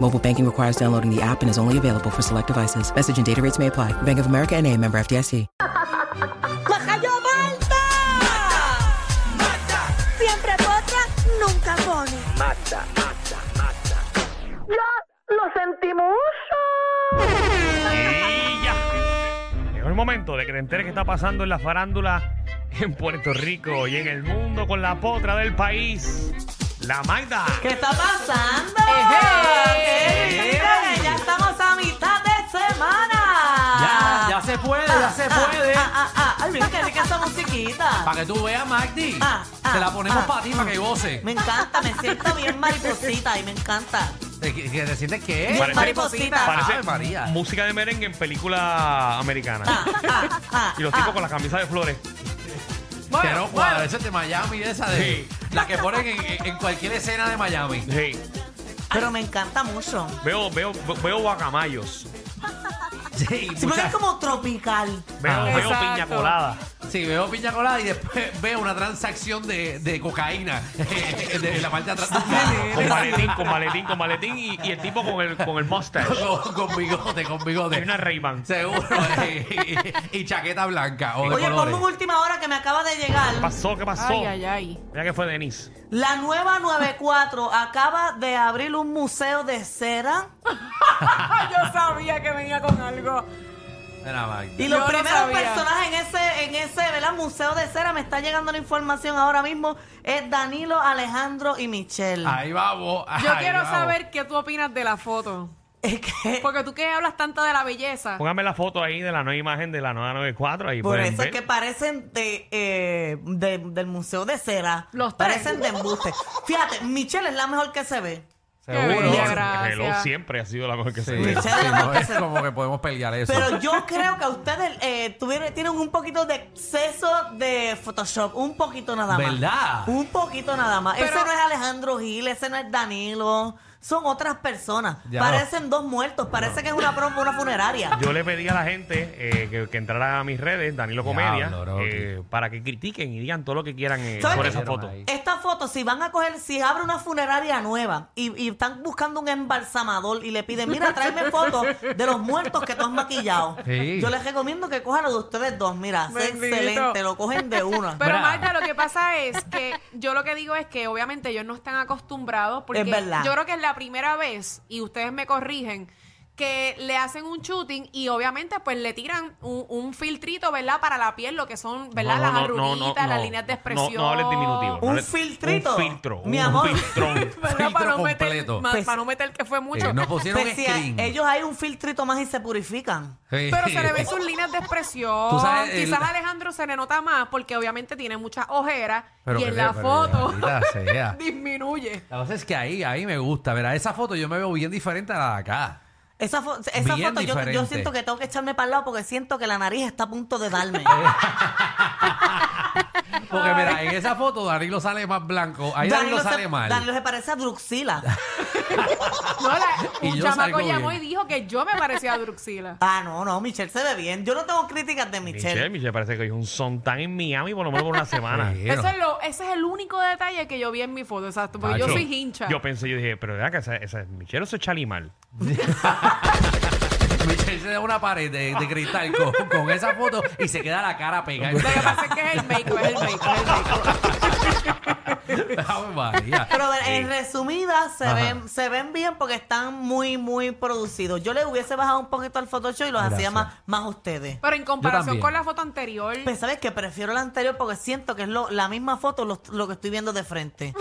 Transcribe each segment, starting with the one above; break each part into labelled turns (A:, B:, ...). A: Mobile banking requires downloading the app and is only available for select devices. Message and data rates may apply. Bank of America and a member FDIC.
B: ¡Majayo Malta! Siempre potra, nunca pone.
C: Y ya. Llegó el momento de que te enteres qué está pasando en la farándula en Puerto Rico y en el mundo con la potra del país, la Magda.
D: ¿Qué está pasando?
C: ejé.
D: Señores, Ya estamos a mitad de semana.
E: Ya, ya se puede, ya se puede.
D: Ah, ah, ah. Ay, mira qué rica esa musiquita.
E: Para que tú veas, Magdi.
D: Ah, ah,
E: te la ponemos
D: ah,
E: para ti, para que goce.
D: Me encanta, me siento bien mariposita y me encanta.
E: ¿Qué, qué Eh, decirte qué?
D: Bien
C: Parece-
D: mariposita.
C: Parece
E: Ave Ah, María.
C: música de merengue en película americana.
D: Ah, ah, ah,
C: Y los tipos
D: ah.
C: con las camisas de flores.
E: Que no cuadra, esa es de Miami, esa de.
C: Sí.
E: La que ponen en, en- en cualquier escena de Miami.
C: Sí.
D: ah. Pero me encanta mucho.
C: Veo, veo, veo guacamayos.
E: Sí,
D: Sí, porque
E: mucha-
D: es como tropical.
C: Veo,
E: Ah.
C: veo piña colada.
E: sí, veo piña colada y después veo una transacción de, de cocaína de, de la parte de atrás.
C: Con maletín, con maletín, con maletín. Y, y el tipo con el, con el mustache.
E: con, con bigote, con bigote.
C: Y una Ray-Ban.
E: Seguro. eh, y, y chaqueta blanca. O de
D: Oye,
E: colores.
D: ponme una última hora que me acaba de llegar.
C: ¿Qué pasó? ¿Qué pasó?
F: Ay, ay, ay.
C: Mira que fue Denise.
D: La nueva 94 acaba de abrir un museo de cera.
F: Yo sabía que venía con algo.
E: Era Magdi.
D: Y
F: Yo
D: los
F: no
D: primeros
F: sabía.
D: personajes en ese, en ese, ¿verdad? Museo de cera, me está llegando la información ahora mismo, es Danilo, Alejandro y Michelle.
E: Ahí vamos.
F: Yo
E: ahí
F: quiero
E: vamos.
F: saber qué tú opinas de la foto.
D: Es que,
F: Porque tú que hablas tanto de la belleza.
C: Póngame la foto ahí de la nueva imagen de la 994. Ahí
D: por
C: pueden
D: eso es
C: ver.
D: que parecen de, eh, de- del Museo de Cera.
F: Los tres.
D: parecen de embuste. Fíjate, Michelle es la mejor que se ve.
F: Qué
E: Seguro.
F: bella,
C: Hello
F: gracias.
C: siempre ha sido la mejor que se
E: Sí,
C: ve.
D: Sí.
E: sí, no es como que podemos pelear eso.
D: Pero yo creo que ustedes eh, tuvieron- tienen un poquito de exceso de Photoshop, un poquito nada más.
E: ¿Verdad?
D: Un poquito nada más. ese
F: Pero-
D: no es Alejandro Gil, ese no es Danilo. Son otras personas.
E: Ya.
D: Parecen dos muertos. Parece que es una, pro- una funeraria.
C: Yo le pedí a la gente eh, que, que entrara a mis redes, Danilo Comedia,
E: Diablo, Rocky.
C: eh, para que critiquen y digan todo lo que quieran eh,
D: ¿Sabes
C: sobre
D: qué?
C: esa foto.
E: Ahí.
D: Esta foto, si van a coger, si abre una funeraria nueva y, y están buscando un embalsamador y le piden, mira, tráeme fotos de los muertos que tú has maquillado.
E: Sí.
D: Yo les recomiendo que cojan lo de ustedes dos. Mira, es
F: Bendito.
D: excelente, lo cogen de una.
F: Pero
E: Bra.
F: Marta, lo que pasa es que yo lo que digo es que obviamente ellos no están acostumbrados porque
D: Es verdad.
F: yo creo que es la primera vez, y ustedes me corrigen, que le hacen un shooting y obviamente pues le tiran un, un filtrito, ¿verdad? Para la piel, lo que son, ¿verdad?
C: No,
F: las
C: no, no, no,
F: arruguitas,
C: no,
F: las
C: no.
F: líneas de
C: No,
F: expresión.
C: No, hables diminutivo. no
D: ¿Un
C: hables-
D: filtrito?
C: Un filtro.
D: Mi
C: un
D: amor.
C: filtrón.
F: ¿Verdad? Para no,
E: filtro
F: meter,
E: completo.
F: ma-
D: Pues-
F: para no meter que fue mucho.
E: Eh, nos pusieron
D: Pues si a-
E: screen.
D: ellos hay un filtrito más y se purifican.
E: Sí.
F: Pero se le ven sus líneas de expresión.
E: Tú sabes, el-
F: Quizás a Alejandro se le nota más porque obviamente tiene muchas ojeras
E: Pero
F: y
E: que
F: en
E: le-
F: la
E: pero
F: foto
E: maldita sea.
F: disminuye.
E: La cosa es que ahí, ahí me gusta. Verá, esa foto yo me veo bien diferente a la de acá.
D: Esa, fo- esa
E: Bien
D: foto yo, yo
E: diferente.
D: siento que tengo que echarme para el lado porque siento que la nariz está a punto de darme.
E: Porque mira, en esa foto Danilo sale más blanco. Ahí Danilo, sale
D: se,
E: mal.
D: Danilo se parece a Druxila.
F: No, la-
E: Y
F: un
E: yo
F: chamaco
E: salgo
F: llamó
E: bien.
F: y dijo que yo me parecía a Druxila.
D: Ah, no, no, Michelle se ve bien. Yo no tengo críticas de Michelle.
C: Michelle, Michelle parece que hizo un son tan en Miami por lo menos por una semana.
E: Sí,
F: Eso
E: no.
F: es lo, ese es el único detalle que yo vi en mi foto, exacto. Porque yo
E: Nacho,
F: soy hincha.
C: Yo pensé, yo dije, pero ¿verdad que esa, esa es Michelle o esa es Chalimal?
E: Michelle se da una pared de, de cristal con, con esa foto y se queda la cara pegada.
F: Lo que pasa es que es el make, es el make, es el make.
E: Ave María.
D: Pero de- en resumidas se
E: Ajá.
D: ven, se ven bien porque están muy, muy producidos. Yo le hubiese bajado un poquito al Photoshop y los hacía
E: Gracias.
D: más, más ustedes.
F: Pero en comparación
E: también.
F: con la foto anterior,
D: Pues sabes que prefiero la anterior porque siento que es lo- la misma foto lo, lo que estoy viendo de frente.
E: Eh,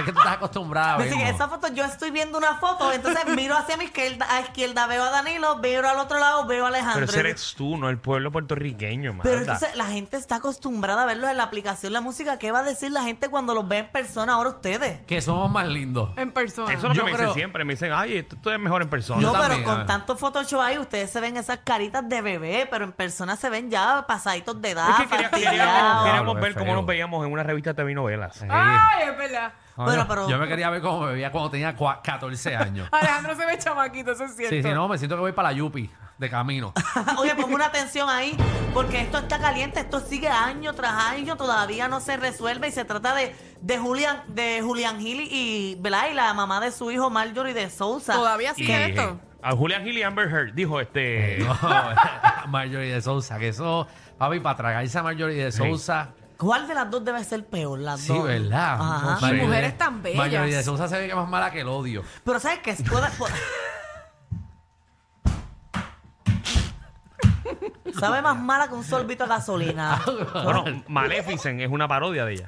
E: es que tú estás acostumbrada. a
D: Así que
E: verlo.
D: esa foto, yo estoy viendo una foto, entonces miro hacia mi izquierda, a izquierda veo a Danilo, veo al otro lado, veo a Alejandro.
C: Pero ese eres tú, no el pueblo puertorriqueño, Magda.
D: Pero entonces la gente está acostumbrada a verlos en la aplicación, la música. ¿Qué va a decir la gente cuando los ve en persona ahora ustedes?
E: Que somos más lindos.
F: en persona.
C: Eso es lo que
E: Yo
C: me
E: creo-
C: dicen siempre. Me dicen, ay, tú, tú eres mejor en persona.
D: No,
E: Yo
D: pero
E: también,
D: con
E: ah.
D: tanto Photoshop ahí, ustedes se ven esas caritas de bebé, pero en persona se ven ya pasaditos de edad,
F: Ah,
C: es que quería- queríamos,
D: fastidiados.
C: queríamos
E: Diablo,
C: ver
E: qué
C: cómo nos
E: feo.
C: veíamos en una revista de telenovelas.
F: Ay, es verdad.
D: Bueno,
E: yo,
D: pero-
E: yo me quería ver cómo me veía cuando tenía cua- 14 años.
F: Alejandro se ve chamaquito, eso es cierto.
E: sí, sí, no, me siento que voy para la Yupi de camino.
D: Oye, ponme una atención ahí, porque esto está caliente, esto sigue año tras año, todavía no se resuelve y se trata de, de Julian de Julian Hill y, ¿verdad? y la mamá de su hijo Marjorie de Sousa.
F: Todavía sigue
C: eh,
F: esto.
C: a Julian Hill y Amber Heard dijo este.
E: No, Marjorie de Sousa, que eso, papi, para tragarse a Marjorie de Sousa.
D: ¿Cuál de las dos debe ser peor? Las
E: Sí,
D: dos.
E: ¿verdad?
D: Ajá.
F: Las mujeres tan bellas.
E: Marjorie de Sousa se ve que es más mala que el odio.
D: Pero ¿sabes qué? Puede- pu- Sabe más mala que un sorbito de gasolina.
C: Bueno, Maleficent es una parodia de ella.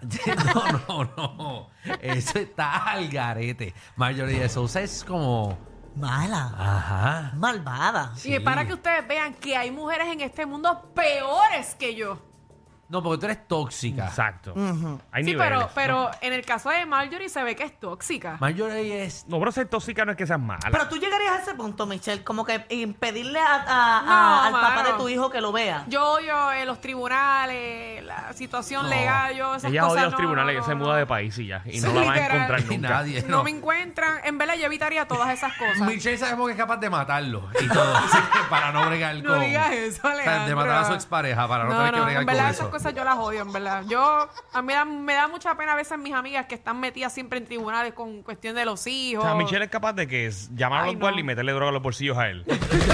E: no, no, no. Eso está al garete. Marjorie de Sousa es como.
D: Mala.
E: Ajá.
D: Malvada.
F: Y es para que ustedes vean que hay mujeres en este mundo peores que yo.
E: No, porque tú eres tóxica.
C: Exacto. Hay
F: Sí,
C: niveles.
F: pero, pero en el caso de Marjorie se ve que es tóxica.
E: Marjorie es.
C: No, pero ser tóxica no es que seas mala.
D: Pero tú llegarías a ese punto, Michelle, como que impedirle a- a- a-
F: No,
D: al papá
F: mano.
D: de tu hijo que lo vea.
F: Yo odio eh, los tribunales, la situación
E: No.
F: legal, yo esas
C: ella
F: cosas.
C: odia los
F: no,
C: tribunales,
F: no,
C: ella se
F: no,
C: muda
F: no.
C: de país y ya. Y
F: Sí,
C: no la van a
F: literal.
C: encontrar
E: Y
C: nunca.
E: nadie.
F: No me encuentran. En verdad, yo evitaría todas esas cosas.
E: Michelle sabemos que es capaz de matarlo y todo. así que para no bregar con.
F: No digas eso,
E: O sea, De
F: Alejandra.
E: matar a su expareja para no, tener que bregar
F: en
E: con
F: verdad esas
E: eso.
F: cosas yo las odio, en verdad. Yo, a mí da- me da mucha pena a veces mis amigas que están metidas siempre en tribunales con cuestión de los hijos.
C: O sea, Michelle es capaz de que es- llamar a
F: Ay,
C: los
F: no.
C: guardias y meterle droga a los bolsillos a él.
F: es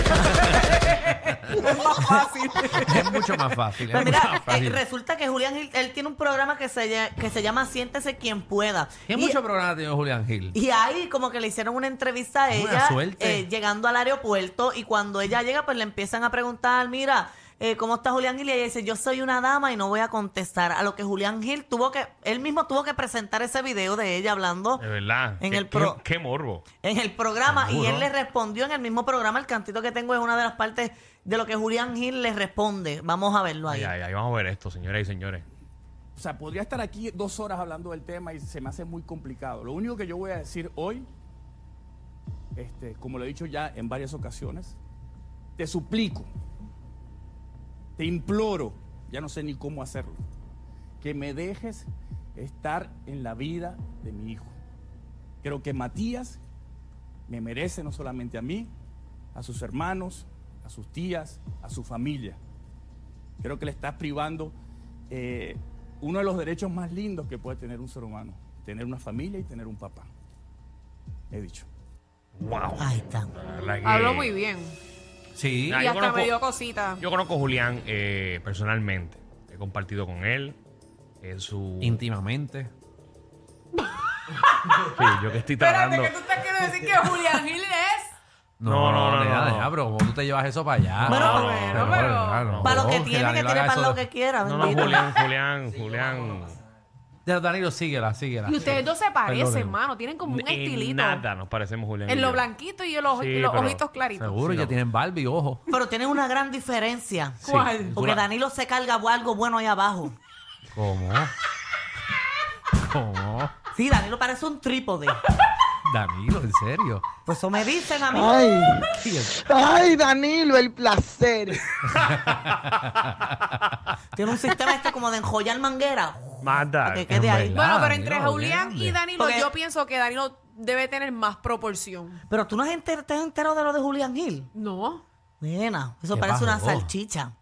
F: más fácil.
E: Es mucho más fácil.
D: Pero
E: Es mucho
D: mira,
E: más
D: eh,
E: fácil.
D: resulta que Julián Gil, él tiene un programa que se, lle- que se llama Siéntese quien pueda.
E: ¿Qué
D: Y- e-,
E: mucho programa ha tenido Julián Gil?
D: Y ahí como que le hicieron una entrevista a
E: Buena
D: ella
E: suerte.
D: eh, llegando al aeropuerto y cuando ella llega pues le empiezan a preguntar, mira, eh, ¿cómo está Julián Gil? Y ella dice, yo soy una dama y no voy a contestar. A lo que Julián Gil tuvo que, él mismo tuvo que presentar ese video de ella hablando
C: De verdad.
D: En
C: Qué-
D: el pro-
C: qué, qué morbo.
D: en el programa y
E: Seguro.
D: él le respondió en el mismo programa, el cantito que tengo es una de las partes de lo que Julián Gil le responde. Vamos a verlo ahí.
C: Ay, ay, ay, vamos a ver esto, señoras y señores.
G: O sea, podría estar aquí dos horas hablando del tema y se me hace muy complicado. Lo único que yo voy a decir hoy, este, como lo he dicho ya en varias ocasiones, te suplico, te imploro, ya no sé ni cómo hacerlo, que me dejes estar en la vida de mi hijo. Creo que Matías me merece no solamente a mí, a sus hermanos, a sus tías, a su familia. Creo que le estás privando eh, uno de los derechos más lindos que puede tener un ser humano, tener una familia y tener un papá. He dicho.
C: Wow.
D: Ahí está.
F: Hablo muy bien.
E: Sí.
C: Ay,
F: y
C: yo
F: hasta
C: conozco-
F: me dio cositas.
C: Yo conozco a Julián eh, personalmente. He compartido con él. En su.
E: Íntimamente.
C: Sí, yo que estoy
F: Espérate,
C: tratando.
F: que tú te quieres decir que Julián Gil es.
C: No, no, no,
E: deja,
C: no.
E: deja, pero como tú te llevas eso para allá.
D: Bueno,
E: No,
D: bueno,
F: pero-
E: deja, no.
D: Para lo que tiene, que
E: Danilo
D: tiene
E: haga
D: para
E: eso
D: lo
E: de-
D: que quiera.
C: No, no,
D: bendito.
C: Julián, Julián, Julián.
E: Ya, Danilo, síguela, síguela.
F: Y ustedes dos se parecen,
E: Perdónenme.
F: hermano. Tienen como un
C: En
F: estilito.
C: nada nos parecemos Julián. y
F: En
C: yo.
F: lo blanquito y en los,
C: Sí,
F: y los
C: pero-
F: ojitos claritos.
E: Seguro,
C: Sí,
E: ya
C: no.
E: tienen Barbie, ojo.
D: Pero tiene una gran diferencia.
F: ¿Cuál?
D: Porque
C: Hola.
D: Danilo se carga algo bueno ahí abajo.
E: ¿Cómo? ¿Cómo?
D: Sí, Danilo parece un trípode.
E: Danilo, en serio.
D: Pues eso me dicen a mí.
H: Ay,
E: Sí,
H: ay, Danilo, el placer.
D: Tiene un sistema este como de enjollar manguera.
C: Mata.
D: Ok,
C: Es
D: quede ahí.
E: verdad.
F: Bueno,
E: Ah,
F: pero entre
E: Danilo,
F: Julián
E: grande.
F: y Danilo,
D: Porque-
F: yo pienso que Danilo debe tener más proporción.
D: Pero tú no has enter- te has enterado de lo de Julián Gil.
F: No.
D: Nena, eso
E: ¿Qué
D: parece una
E: pasó?
D: salchicha.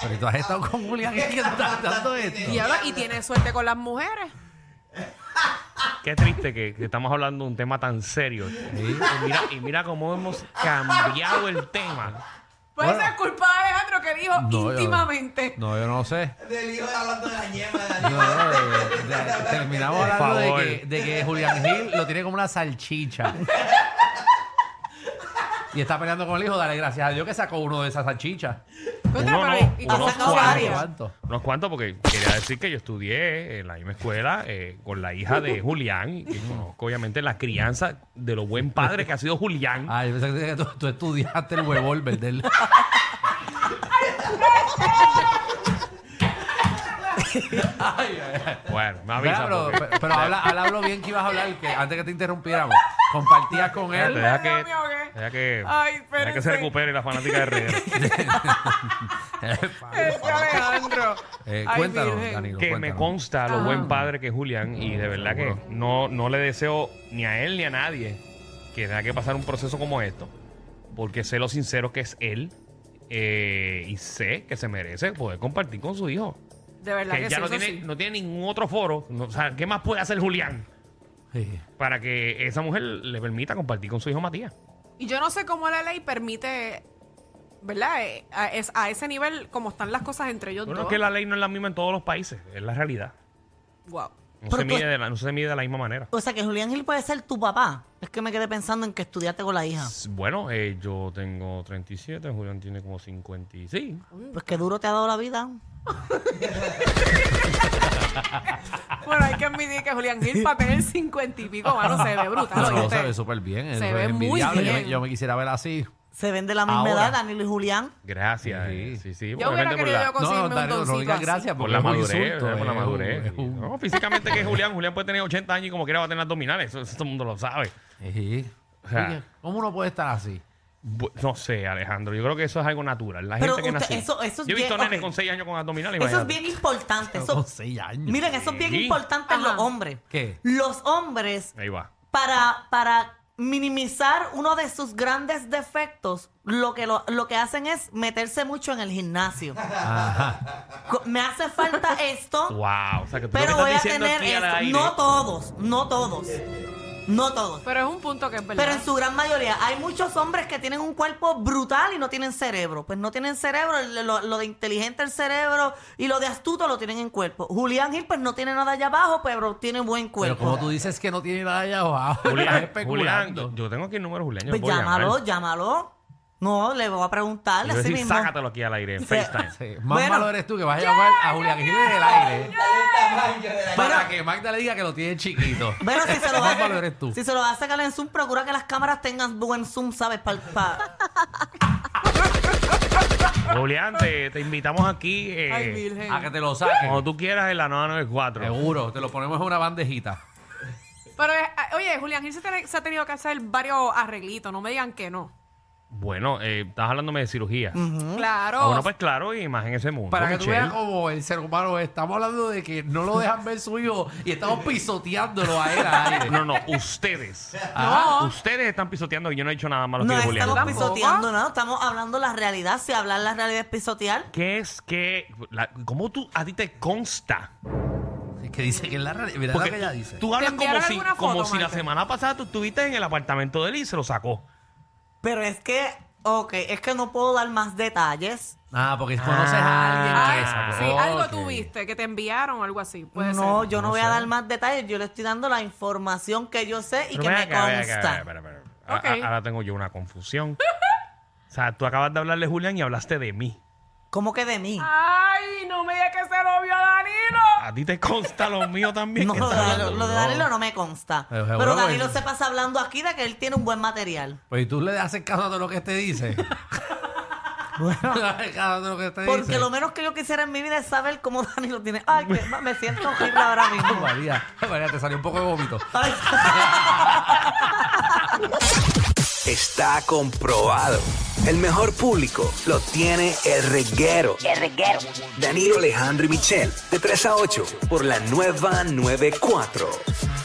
E: Pero tú has estado con Julián y tanto esto.
F: Diablo, y tiene suerte con las mujeres.
C: Qué triste que, que estamos hablando de un tema tan serio. Y, mira, y mira cómo hemos cambiado el tema.
F: Pues esa es culpa de Alejandro que dijo
E: No, yo-
F: íntimamente.
E: No, yo no sé.
I: Del hijo hablando de la ñema, de la
E: No,
I: ñema.
E: no, de- sea, terminamos
C: Por
E: hablando de
C: favor.
E: que, de que Julián Gil lo tiene como una salchicha. Y está peleando con el hijo, dale gracias a Dios que sacó uno de esas salchichas.
F: Contra,
C: Uno
F: pero
C: no,
F: ¿y- y
C: unos
F: cómo
D: sacado
F: tú
D: varios.
F: sabes?
E: ¿Cuánto?
C: Unos cuantos, porque quería decir que yo estudié en la misma escuela eh, con la hija de Julián y conozco obviamente la crianza de lo buen padre que ha sido Julián.
E: Ay, Ah, pensé que tú, tú estudiaste el huevón, del
C: Bueno, me
E: Mira,
C: avisa.
E: pero,
C: porque-
E: pero- pero habla, habla lo bien que ibas a hablar, que antes que te interrumpiéramos, compartías con
C: Espérate,
E: él.
C: deja que,
F: Perdón, mi hogué.
C: deja que,
F: Ay,
C: deja
F: espérense.
C: que se recupere la fanática de Herrera. eh.
F: Este Alejandro.
E: Eh,
F: Ay,
E: cuéntanos,
F: Virgen.
E: Danilo.
C: que me
E: cuéntanos.
C: consta lo
F: Ah.
C: buen padre que es Julián y de verdad que no, no le deseo ni a él ni a nadie que tenga que pasar un proceso como esto, porque sé lo sincero que es él eh, y sé que se merece poder compartir con su hijo.
F: De verdad que,
C: que ya
F: sí,
C: no,
F: eso
C: tiene,
F: sí.
C: no tiene ningún otro foro. No, o sea, ¿qué más puede hacer Julián
E: Sí.
C: para que esa mujer le permita compartir con su hijo Matías?
F: Y yo no sé cómo la ley permite, ¿verdad? Eh, A, es- a ese nivel, como están las cosas entre ellos
C: Bueno,
F: dos.
C: es que la ley no es la misma en todos los países, es la realidad.
F: Wow.
C: No
D: Pero
C: se,
D: tú-
C: mide de la, no se mide de la misma manera.
D: O sea, que Julián Gil puede ser tu papá. Es que me quedé pensando en que estudiaste con la hija.
C: Bueno, eh, yo tengo 37, Julián tiene como 56.
D: Pues qué duro te ha dado la vida.
F: Bueno, hay que admitir que Julián Gil para tener cincuenta y pico, mano, se ve brutal.
E: No, no,
F: ¿oíste?
E: se ve súper bien.
F: Ah, Se
E: eso es
F: ve muy
E: envidiable. Yo me-
F: bien.
E: Yo me quisiera ver así.
D: Se ven de la misma
E: Ahora.
D: edad, Danilo y Julián.
C: Gracias.
E: Sí.
C: eh, Sí, sí.
F: yo hubiera
C: obviamente por
F: querido yo
C: la,
F: conseguirme
E: No,
F: un
E: Darío, no
F: doncito
E: digas
F: así.
E: gracias
C: por
E: porque
C: la
E: es un
C: madurez.
E: insulto,
C: eh, por la
E: es un-
C: madurez.
E: es un-
C: No, físicamente que es Julián. Julián puede tener 80 años y como quiera va a tener abdominales. Eso, eso todo el mundo lo sabe.
E: Sí.
C: O sea-
E: Oye, ¿Cómo uno puede estar así?
C: Bu- No sé, Alejandro. Yo creo que eso es algo natural. La
D: Pero
C: gente que
D: usted-
C: nace.
D: eso- eso es
C: yo he visto
D: bien-
C: nenes
D: ok.
C: con 6 años con abdominales.
D: Eso es
C: imagínate.
D: bien importante. Eso,
E: Con seis años.
D: miren, eso es bien
C: Sí.
D: importante en
F: Ajá.
D: los hombres.
E: ¿Qué?
D: Los hombres,
C: Ahí va.
D: para, para minimizar uno de sus grandes defectos, lo que, lo, lo que hacen es meterse mucho en el gimnasio. Co- Me hace falta esto.
C: Wow. O sea, que tú
D: Pero
C: lo
D: voy
C: que
D: a
C: estás diciendo
D: tener
C: aquí al
D: esto.
C: aire-
D: No todos, no todos. No todos.
F: Pero es un punto que es verdad.
D: Pero en su gran mayoría, hay muchos hombres que tienen un cuerpo brutal y no tienen cerebro. Pues no tienen cerebro, el- lo, lo de inteligente el cerebro y lo de astuto lo tienen en cuerpo. Julián Gil, pues no tiene nada allá abajo, pero tiene buen
E: Pero como
D: cuerpo.
E: tú dices que no tiene nada allá abajo, estás
C: Julián, Julián,
E: especulando.
C: yo- yo tengo aquí el número de Julián. Yo
D: Pues
C: lo voy a llamar.
D: llámalo, llámalo. No, le voy a
C: Y
D: preguntarle
C: voy a
D: así
C: decir,
D: mismo.
C: sácatelo aquí al aire
D: Sí.
C: en FaceTime.
E: Sí, Más
D: Bueno.
E: malo eres tú que vas a llamar a Julián Gil en el aire. Para que Magda le diga que lo tiene chiquito.
D: Pero si se lo va
E: Más malo
D: a,
E: eres tú.
D: si se lo va a sacar en Zoom, procura que las cámaras tengan buen Zoom, ¿sabes? Para
C: Julián, te, te invitamos aquí. eh,
F: Ay, virgen.
E: A que te lo saquen.
C: cuando tú quieras en la 994.
E: Seguro, te lo ponemos en una bandejita.
F: Pero, eh, oye, Julián Gil se, tiene- se ha tenido que hacer varios arreglitos, no me digan que no.
C: Bueno, eh, estás hablándome de cirugía. Ah,
D: ¿Mm?
F: Claro.
C: bueno, pues claro, y más en ese mundo.
E: Para que tú
C: Michelle.
E: veas como el ser humano es. Estamos hablando de que no lo dejan ver su hijo y estamos pisoteándolo a él al aire.
C: No, no, ustedes. Ah,
F: no.
C: Ustedes están pisoteando y yo no he hecho nada malo
D: No
C: aquí de Julián.
D: estamos
F: Tampoco.
D: pisoteando nada, estamos hablando la realidad. Si hablar la realidad es pisotear,
C: ¿Qué es que.? la- ¿Cómo tú a ti te consta?
E: Es que dice que es la realidad. ¿Verdad
C: Porque
E: que ella dice?
C: tú hablas
F: ¿Te
C: como
F: enviaron
C: si,
F: alguna
C: como
F: foto,
C: si la
F: Michael?
C: semana pasada tú estuviste en el apartamento de él y se lo sacó.
D: Pero es que, ok, es que no puedo dar más detalles.
E: Ah, porque conoces a
F: Ay,
E: alguien que
F: Ah, sí,
E: Ok.
F: algo tuviste, que te enviaron o algo así. Puede
D: no,
F: ser.
D: yo no,
E: no
D: voy
E: sé.
D: a dar más detalles. Yo le estoy dando la información que yo sé y
C: Pero
D: que
C: ven
D: me
C: acá, ven acá,
D: consta.
C: ven acá, ven acá, ven acá. A-
F: Ok.
C: a- Ahora tengo yo una confusión. O sea, tú acabas de hablarle a Julián y hablaste de mí.
D: ¿Cómo que de mí?
F: Ah, Ay, no me digas que se lo vio Danilo.
C: A ti te consta lo mío también.
D: No,
C: que
D: lo
C: está
D: de,
C: hablando.
D: lo de Danilo no me consta.
E: Pero
D: Pero,
E: seguro
C: pues,
E: que-
D: Danilo se pasa hablando aquí de que él tiene un buen material.
E: Pues y tú le haces caso a todo lo que te dice. bueno, le haces caso a todo lo que te
D: Porque
E: dice.
D: lo menos que yo quisiera en mi vida es saber cómo Danilo tiene. Ay, que me siento horrible ahora mismo.
E: María, María, te salió un poco de vómito.
D: Ay.
I: Está comprobado. El mejor público lo tiene el reguero. El reguero. Danilo Alejandro y Michel, de 3 a 8, por la nueva 94.